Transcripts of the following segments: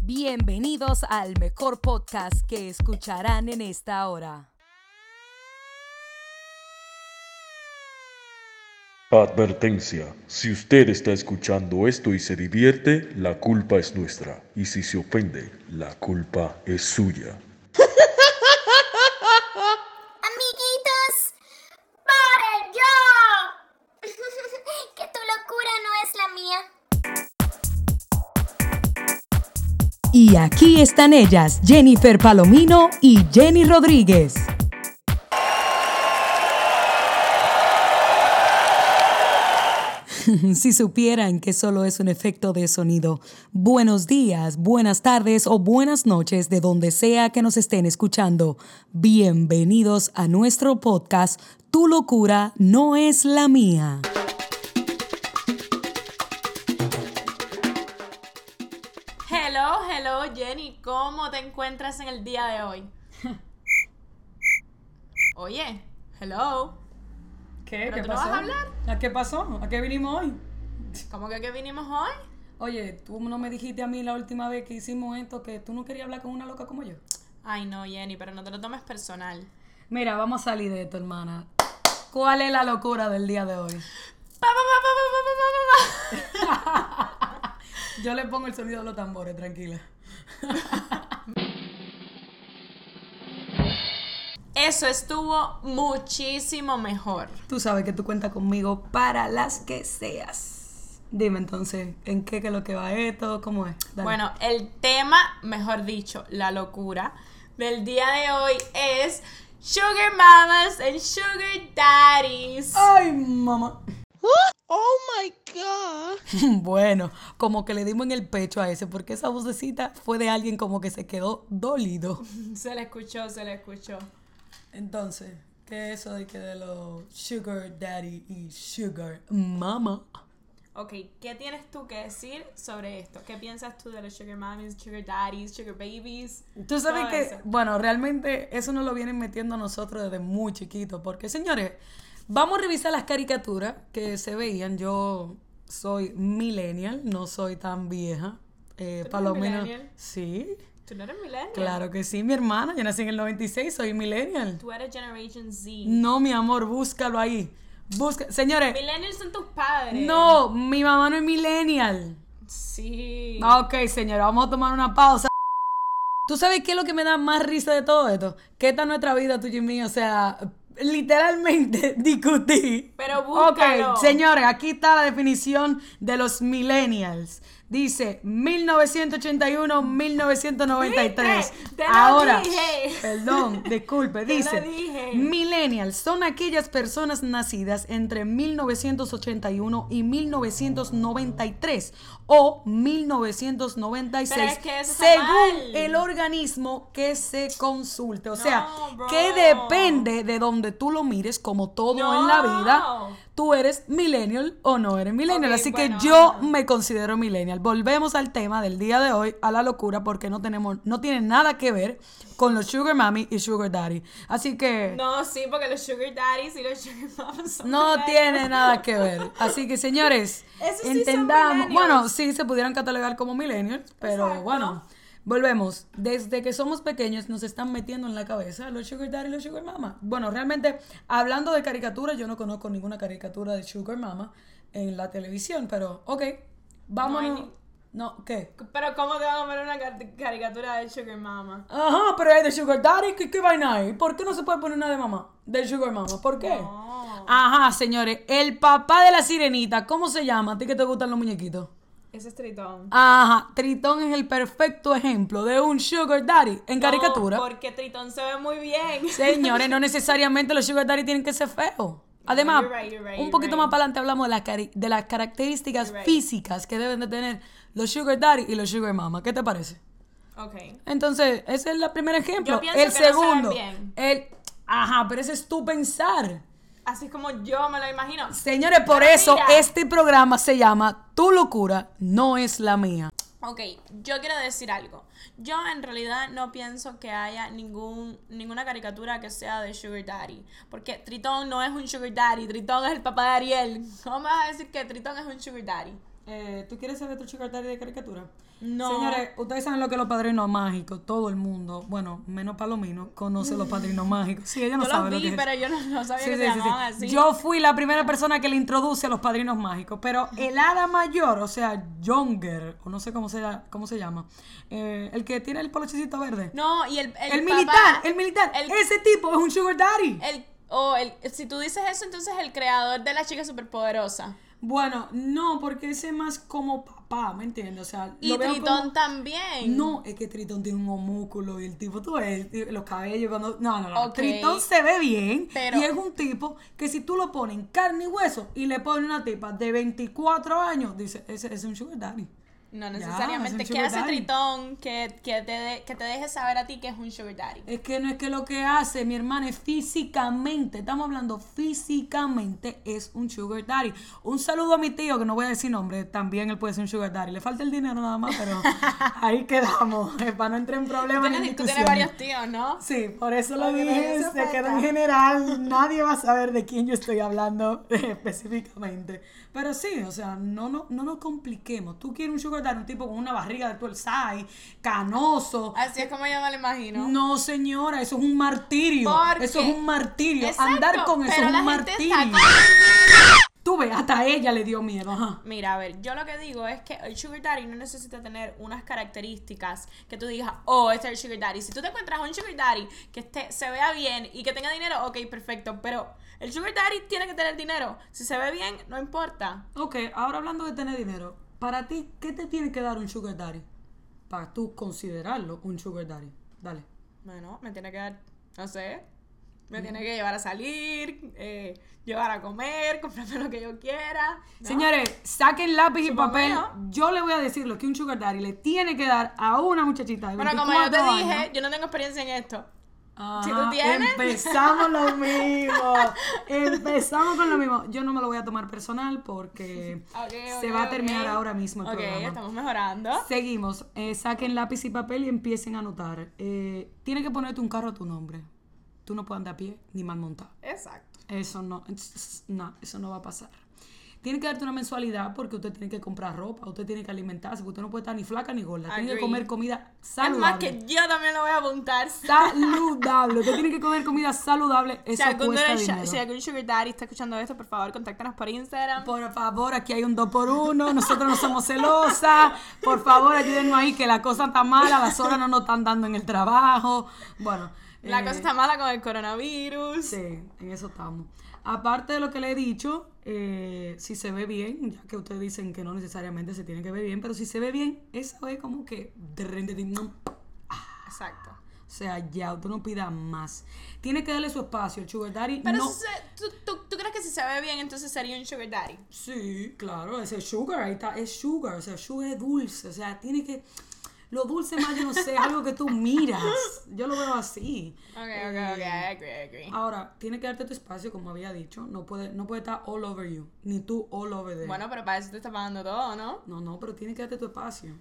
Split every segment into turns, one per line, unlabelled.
Bienvenidos al mejor podcast que escucharán en esta hora.
Advertencia, si usted está escuchando esto y se divierte, la culpa es nuestra. Y si se ofende, la culpa es suya.
Amiguitos, por el yo. que tu locura no es la mía.
Y aquí están ellas, Jennifer Palomino y Jenny Rodríguez. si supieran que solo es un efecto de sonido. Buenos días, buenas tardes o buenas noches de donde sea que nos estén escuchando. Bienvenidos a nuestro podcast Tu locura no es la mía.
Hello, hello Jenny, ¿cómo te encuentras en el día de hoy? Oye, hello.
¿Qué?
¿Pero
¿Qué
tú no
pasó?
vas a hablar?
¿A qué pasó? ¿A qué vinimos hoy?
¿Cómo que, que vinimos hoy?
Oye, tú no me dijiste a mí la última vez que hicimos esto que tú no querías hablar con una loca como yo.
Ay no Jenny, pero no te lo tomes personal.
Mira, vamos a salir de esto, hermana. ¿Cuál es la locura del día de hoy?
Pa, pa, pa, pa, pa, pa, pa, pa,
Yo le pongo el sonido de los tambores, tranquila.
pa. Eso estuvo muchísimo mejor.
Tú sabes que tú cuentas conmigo para las que seas. Dime entonces, ¿en qué, qué es lo que va esto? ¿Cómo es? Dale.
Bueno, el tema, mejor dicho, la locura del día de hoy es Sugar Mamas and Sugar Daddies.
¡Ay, mamá! ¡Oh, my God! bueno, como que le dimos en el pecho a ese, porque esa vocecita fue de alguien como que se quedó dolido.
Se le escuchó, se le escuchó.
Entonces, ¿qué es eso de que de los sugar daddy y sugar mama?
Ok, ¿qué tienes tú que decir sobre esto? ¿Qué piensas tú de los sugar mommies, sugar daddies, sugar babies?
Tú sabes
Todo
que,
eso.
bueno, realmente eso nos lo vienen metiendo a nosotros desde muy chiquitos, porque señores, vamos a revisar las caricaturas que se veían. Yo soy millennial, no soy tan vieja. Eh,
¿Tú
para
eres
lo menos,
millennial?
sí,
Tú no eres millennial.
claro que sí, mi hermana. Yo nací en el 96, soy millennial.
Tú eres Generation Z.
No, mi amor, búscalo ahí. Busca, señores,
Millennials son tus padres.
no, mi mamá no es millennial.
Sí.
Ah, Ok, señora, vamos a tomar una pausa. ¿Tú sabes qué es lo que me da más risa de todo esto? Que esta es nuestra vida tuya y mía, o sea, literalmente discutí.
Pero búscalo.
Ok, señores, aquí está la definición de los millennials. Dice 1981-1993.
Viste, te lo
Ahora,
dije.
perdón, disculpe,
Te lo
dice
dije.
millennials son aquellas personas nacidas entre 1981 y 1993 o 1996
Pero es que eso está
según
mal.
el organismo que se consulte, o sea,
bro.
que depende de donde tú lo mires como todo en la
No.
vida. Tú eres millennial o no eres millennial,
Ok,
así
bueno.
que yo me considero millennial. Volvemos al tema del día de hoy, a la locura, porque no tenemos, no tiene nada que ver con los sugar mommy y sugar daddy. Así que
No, sí, porque los sugar daddies y los sugar mamas son
no
millennials.
tiene nada que ver. Así que señores,
Eso sí son
entendamos.
millennials.
bueno, sí se pudieran catalogar como millennials, pero
Exacto.
bueno. Volvemos. Desde que somos pequeños nos están metiendo en la cabeza los sugar daddy y los sugar mama. Bueno, realmente hablando de caricaturas, yo no conozco ninguna caricatura de sugar mama en la televisión, pero ok, vámonos.
ni-
no ¿qué?
Pero ¿cómo te van a poner una car- caricatura de sugar mama?
Ajá, pero hay de Sugar Daddy, ¿qué, qué vaina hay? ¿Por qué no se puede poner una de mamá? De Sugar Mama, ¿por qué? Ajá, señores, el papá de la sirenita, ¿cómo se llama? ¿A ti que te gustan los muñequitos?
Ese es Tritón.
Ajá, Tritón es el perfecto ejemplo de un Sugar Daddy en caricatura.
No, porque Tritón se ve muy bien.
Señores, no necesariamente los Sugar Daddy tienen que ser feos. Además,
You're right, you're right,
un
you're
poquito
right.
más para adelante hablamos de las, cari- de las características
You're right.
físicas que deben de tener los Sugar Daddy y los Sugar Mama. ¿Qué te parece?
Ok.
Entonces, ese es el primer ejemplo.
Yo pienso
el
que no se ven
segundo.
bien.
El, ajá, pero ese es tu pensar.
Así es como yo me lo imagino.
Señores, por
Pero
eso
mira.
este programa se llama Tu locura no es la mía.
Ok, yo quiero decir algo. Yo en realidad no pienso que haya ningún, ninguna caricatura que sea de Sugar Daddy. Porque Tritón no es un Sugar Daddy, Tritón es el papá de Ariel. ¿Cómo me vas a decir que Tritón es un Sugar Daddy?
Eh, ¿Tú quieres saber tu sugar daddy de caricatura?
No.
Señores, ustedes saben lo que es los padrinos mágicos. Todo el mundo, bueno, menos Palomino, conoce los padrinos mágicos. Sí, ella no
Yo
sabe
los
lo que
vi,
es.
pero yo no, no sabía
Sí,
que
sí,
se
sí, sí.
llamaban así.
Yo fui la primera persona que le introduce a los padrinos mágicos, pero el hada mayor, o sea, Younger, o no sé cómo se, llama- cómo se llama, eh, el que tiene el polochecito verde.
No, y el. El,
el,
papá-
militar, el militar.
El,
Ese tipo es un sugar daddy.
el- o el, si tú dices eso, entonces el creador de la chica superpoderosa.
Bueno, no, porque ese es más como papá, ¿me entiendes? O sea,
Y
lo veo
Tritón
como-
también.
No, es que Tritón tiene un homúnculo y el tipo, tú ves, el tipo- los cabellos cuando... No, no, no.
Ok.
Tritón se ve bien
Pero-
y es un tipo que si tú lo pones en carne y hueso y le pones una tipa de 24 años, dice, ese ese es un sugar daddy.
No
Ya,
necesariamente.
es un
¿Qué
sugar
hace
daddy.
Tritón que, que te de- que te deje saber a ti que es un sugar daddy?
Es que no es que lo que hace mi hermana es físicamente, estamos hablando físicamente, es un sugar daddy. Un saludo a mi tío, que no voy a decir nombre, también él puede ser un sugar daddy. Le falta el dinero nada más, pero ahí quedamos, eh, para no entrar en problemas. ni en
Tienes- Tú
discusiones.
tienes varios tíos, ¿no?
Sí, por eso lo
Porque no
dije,
hizo
se quedó
falta.
en general, nadie va a saber de quién yo estoy hablando específicamente. Pero sí, o sea, no, no, no nos compliquemos. Tú quieres un sugar daddy, un tipo con una barriga de tu el size, canoso,
Así es como yo me lo imagino.
no, señora, eso es un martirio.
Porque-
Eso es un martirio.
Exacto,
Andar con eso
pero
es un
la gente
martirio.
está
Tú ves, hasta ella le dio miedo. Ajá.
Mira, a ver, yo lo que digo es que el sugar daddy no necesita tener unas características que tú digas, oh, este es el sugar daddy. Si tú te encuentras un sugar daddy que esté, se vea bien y que tenga dinero, ok, perfecto. Pero el sugar daddy tiene que tener dinero. Si se ve bien, no importa.
Ok, ahora hablando de tener dinero, para ti, ¿qué te tiene que dar un sugar daddy? Para tú considerarlo un sugar daddy. Dale.
Bueno, me tiene que dar, no sé, me tiene que llevar a salir, eh, llevar a comer, comprarme lo que yo quiera. ¿no?
Señores, saquen lápiz y
Supongo
papel.
yo.
Yo le voy a decir lo que un sugar daddy le tiene que dar a una muchachita de
Bueno, como yo te
24
dije,
años.
yo no tengo experiencia en esto.
Ajá,
Si tú tienes.
Empezamos lo mismo. empezamos con lo mismo. Yo no me lo voy a tomar personal porque
Ok,
se
ok,
va a terminar
ok.
ahora mismo el
Ok,
programa.
estamos mejorando.
Seguimos. Eh, saquen lápiz y papel y empiecen a anotar. Eh, tienes que ponerte un carro a tu nombre. Tú no puedes andar a pie ni mal montado.
Exacto.
Eso no, no, eso no va a pasar. Tiene que darte una mensualidad porque usted tiene que comprar ropa, usted tiene que alimentarse, porque usted no puede estar ni flaca ni gorda. Tiene que
Agree.
comer comida
Es
saludable
más que yo también lo voy a apuntar.
saludable. Usted tiene que comer comida saludable.
Si
Eso
algún,
cuesta
dólar-
dinero.
si algún sugar daddy está escuchando esto, por favor, contáctanos por Instagram.
Por favor, aquí hay un 2 por 1 Nosotros no somos celosas. Por favor, ayúdennos ahí que la cosa está mala. Las horas no nos están dando en el trabajo. Bueno.
La
eh,
cosa está mala con el coronavirus.
Sí, en eso estamos. Aparte de lo que le he dicho, eh, si se ve bien, ya que ustedes dicen que no necesariamente se tiene que ver bien, pero si se ve bien, esa es como que... O
Exacto.
sea, ya, usted no pida más. Tiene que darle su espacio. El sugar daddy
Pero
no...
si se- ¿tú, tú, tú crees que si se ve bien, entonces sería un sugar daddy?
Sí, claro, ese sugar, ahí está, es sugar, o sea, sugar es dulce, o sea, tiene que, lo dulce más yo no sé, es algo que tú miras, yo lo veo así.
Ok, ok,
Eh,
ok, I agree, I agree.
Ahora, tiene que darte tu espacio, como había dicho, no puede, no puede estar all over you, ni tú all over them.
Bueno, pero para eso te está pagando todo, ¿no?
No, no, pero tiene que darte tu espacio,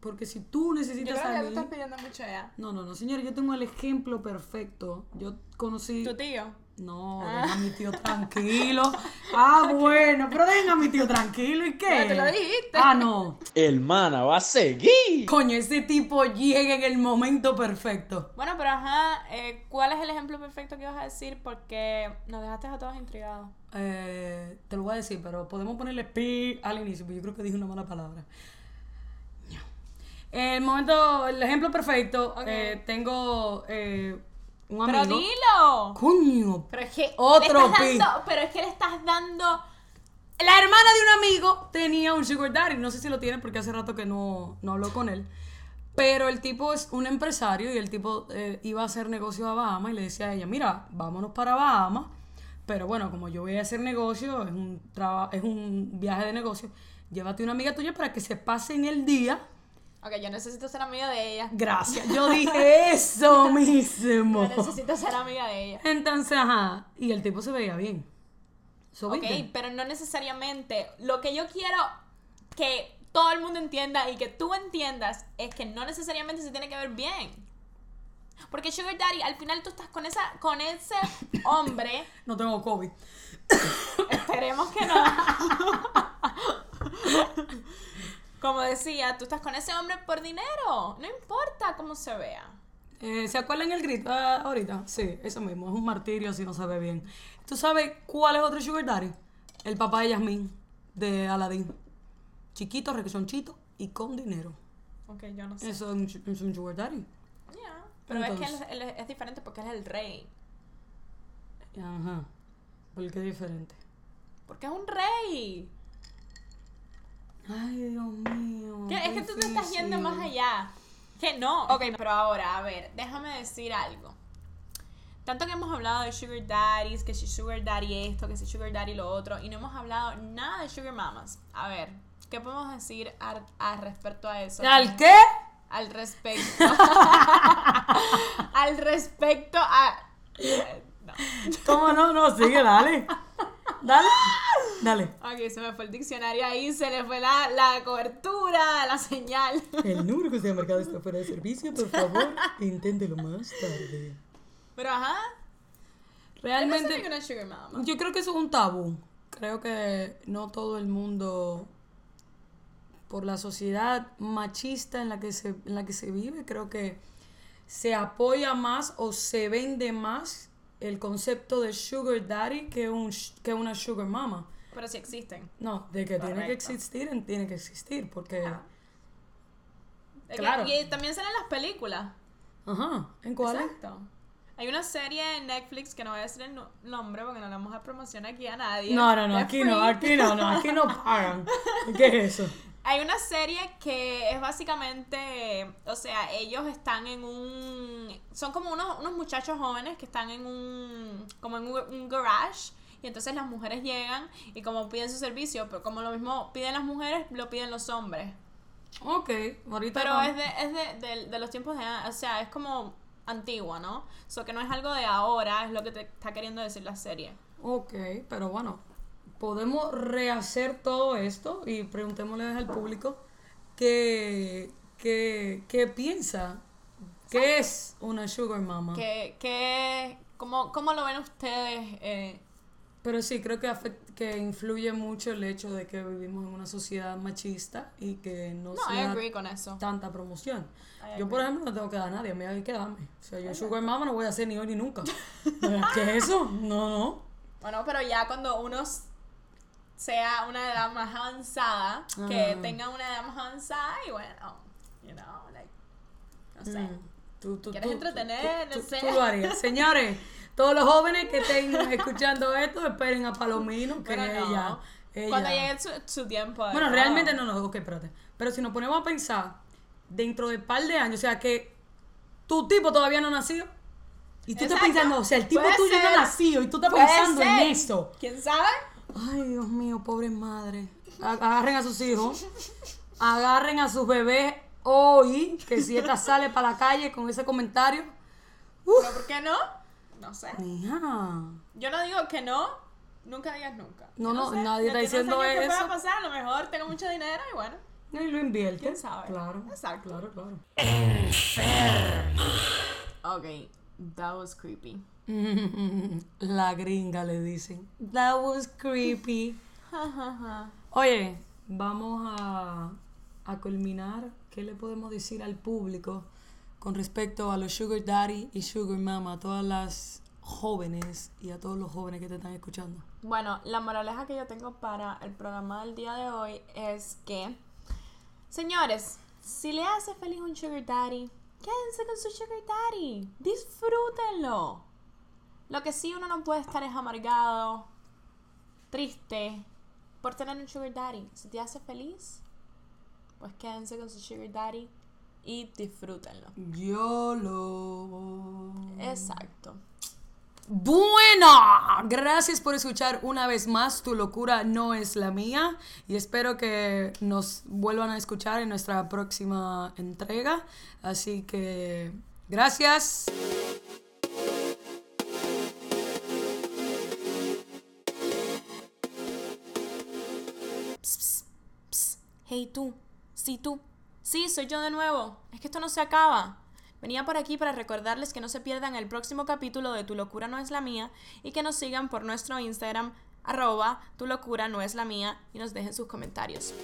porque si tú
Yo
necesitas
creo que tú
salir...
estás pidiendo mucho ya.
No, no, no, señor, yo tengo el ejemplo perfecto, yo conocí...
Tu tío.
No,
Ah.
deja a mi tío tranquilo. Ah, bueno, pero deja a mi tío tranquilo. ¿Y qué?
Pero te lo dijiste.
Ah, no.
Hermana, va a seguir.
Coño, ese tipo llega en el momento perfecto.
Bueno, pero ajá, eh, ¿cuál es el ejemplo perfecto que ibas a decir? Porque nos dejaste a todos intrigados.
Eh, te lo voy a decir, pero podemos ponerle pi al inicio, porque yo creo que dije una mala palabra. Ño. El momento, el ejemplo perfecto, eh, tengo eh, un
¡Pero
amigo.
dilo!
Coño,
Pero es que
Otro
le estás
pi.
dando- pero es que le estás dando
La hermana de un amigo tenía un sugar daddy, no sé si lo tiene porque hace rato que no, no habló con él, pero el tipo es un empresario y el tipo eh, iba a hacer negocio a Bahamas y le decía a ella, mira, vámonos para Bahamas, pero bueno, como yo voy a hacer negocio, es un, traba- es un viaje de negocio, llévate una amiga tuya para que se pasen el día.
Ok, yo necesito ser amiga de ella.
Gracias, yo dije eso mismo.
Yo necesito ser amiga de ella.
Entonces, ajá, y el tipo se veía bien. So,
Ok,
¿viste?
pero no necesariamente. Lo que yo quiero que todo el mundo entienda y que tú entiendas es que no necesariamente se tiene que ver bien. Porque Sugar Daddy, al final tú estás con esa, con ese hombre.
No tengo COVID.
Esperemos que no. Como decía, tú estás con ese hombre por dinero. No importa cómo se vea.
Eh, ¿Se acuerdan el grito ah, ahorita? Sí, eso mismo. Es un martirio si no se ve bien. ¿Tú sabes cuál es otro sugar daddy? El papá de Yasmín, de Aladdin. Chiquito, requesonchito y con dinero.
Ok, yo no sé.
Eso es un, su- es un sugar daddy.
Ya, Pero es
Entonces.
que él, él es diferente porque él es el rey.
Ajá. ¿Por qué diferente?
Porque es un rey.
Ay, Dios mío.
Que- es que tú te estás
difícil.
yendo más allá. Que no. Ok, pero ahora, a ver, déjame decir algo. Tanto que hemos hablado de sugar daddies, que si sugar daddy esto, que si sugar daddy lo otro, y no hemos hablado nada de sugar mamas. A ver, ¿qué podemos decir al, al respecto a eso?
¿Al qué?
Al respecto. al respecto a... No.
¿Cómo no? No, sigue, dale. Dale. Dale.
Ok, se me fue el diccionario ahí, se le fue la, la cobertura, la señal.
El número que se ha marcado está fuera de servicio, por favor, inténtelo más tarde.
Pero ajá, realmente...
Realmente,
una sugar mama.
yo creo que eso es un tabú. Creo que no todo el mundo, por la sociedad machista en la que se, en la que se vive, creo que se apoya más o se vende más el concepto de sugar daddy que, un, sh- que una sugar mama.
Pero sí existen.
No, de que tiene que
Correcto.
existir, tiene que existir, porque...
De que-
Claro.
Y eh, también salen las películas.
Ajá, ¿en cuáles?
Exacto. Hay una serie en Netflix que no voy a decir el no- nombre porque no le vamos a promocionar aquí a nadie.
No, no, no,
De
aquí
free.
no, aquí no, no, aquí no pagan. ¿Qué es eso?
Hay una serie que es básicamente, o sea, ellos están en un, son como unos, unos muchachos jóvenes que están en un, como en un, un garage. Y entonces las mujeres llegan y como piden su servicio, pero como lo mismo piden las mujeres, lo piden los hombres.
Ok, ahorita
Pero
no.
es, de, es de, de- de los tiempos de... a- O sea, es como antigua, ¿no? O so que no es algo de ahora, es lo que te está queriendo decir la serie.
Ok, pero bueno, podemos rehacer todo esto y preguntémosle al público qué, qué, qué piensa, qué es una sugar mama.
¿Qué, qué, cómo, ¿Cómo lo ven ustedes? eh?
Pero sí, creo que, afect- que influye mucho el hecho de que vivimos en una sociedad machista y que no,
No,
se
I
da
agree con eso.
tanta promoción. Yo, por ejemplo, no tengo que dar a nadie, a mí hay que darme. O sea, yo sugar mama no voy a hacer ni hoy ni nunca. ¿Qué es eso? No, no.
Bueno, pero ya cuando uno s- sea una edad más avanzada, que
Ah.
tenga una edad más avanzada y bueno, you know, like, no sé.
Tú, tú,
¿Quieres
tú-
entretener?
tú-
No
tú-
sé.
tú lo harías. Señores, todos los jóvenes que estén escuchando esto, esperen a Palomino, que
Bueno,
es
no.
ella. ella-
Cuando llegue su, su tiempo.
Bueno,
adecuado.
realmente no, no, ok, espérate. Pero si nos ponemos a pensar, dentro de un par de años, o sea, que tu tipo todavía no ha nacido. Y tú
Exacto.
estás pensando, o sea, el tipo
Puede
tuyo no
ser.
ha nacido y tú estás
Puede
pensando en
ser.
eso.
¿Quién sabe?
Ay, Dios mío, pobre madre. A- Agarren a sus hijos. Agarren a sus bebés hoy. Que si esta sale para la calle con ese comentario.
¿Pero por qué no? No sé.
Mija.
Yo no digo que no, nunca digas nunca.
No,
Yo
no,
sé,
nadie está
yo
diciendo
no sé qué
eso.
pueda pasar, a lo mejor tengo mucho dinero y bueno.
Y lo invierte.
¿Quién sabe?
Claro.
Exacto.
Claro, claro.
Ok, that was creepy.
La gringa le dicen. That was creepy. Oye, vamos a, a culminar. ¿Qué le podemos decir al público con respecto a los Sugar Daddy y Sugar Mama? A todas las jóvenes y a todos los jóvenes que te están escuchando.
Bueno, la moraleja que yo tengo para el programa del día de hoy es que, señores, si le hace feliz un sugar daddy, quédense con su sugar daddy, disfrútenlo. Lo que sí uno no puede estar es amargado, triste, por tener un sugar daddy. Si te hace feliz, pues quédense con su sugar daddy y disfrútenlo.
YOLO.
Exacto.
Bueno, gracias por escuchar una vez más. Tu locura no es la mía. Y espero que nos vuelvan a escuchar en nuestra próxima entrega. Así que gracias.
Hey tú, sí tú, sí, soy yo de nuevo. Es que esto no se acaba. Venía por aquí para recordarles que no se pierdan el próximo capítulo de Tu locura no es la mía y que nos sigan por nuestro Instagram arroba tu locura no es la mía y nos dejen sus comentarios.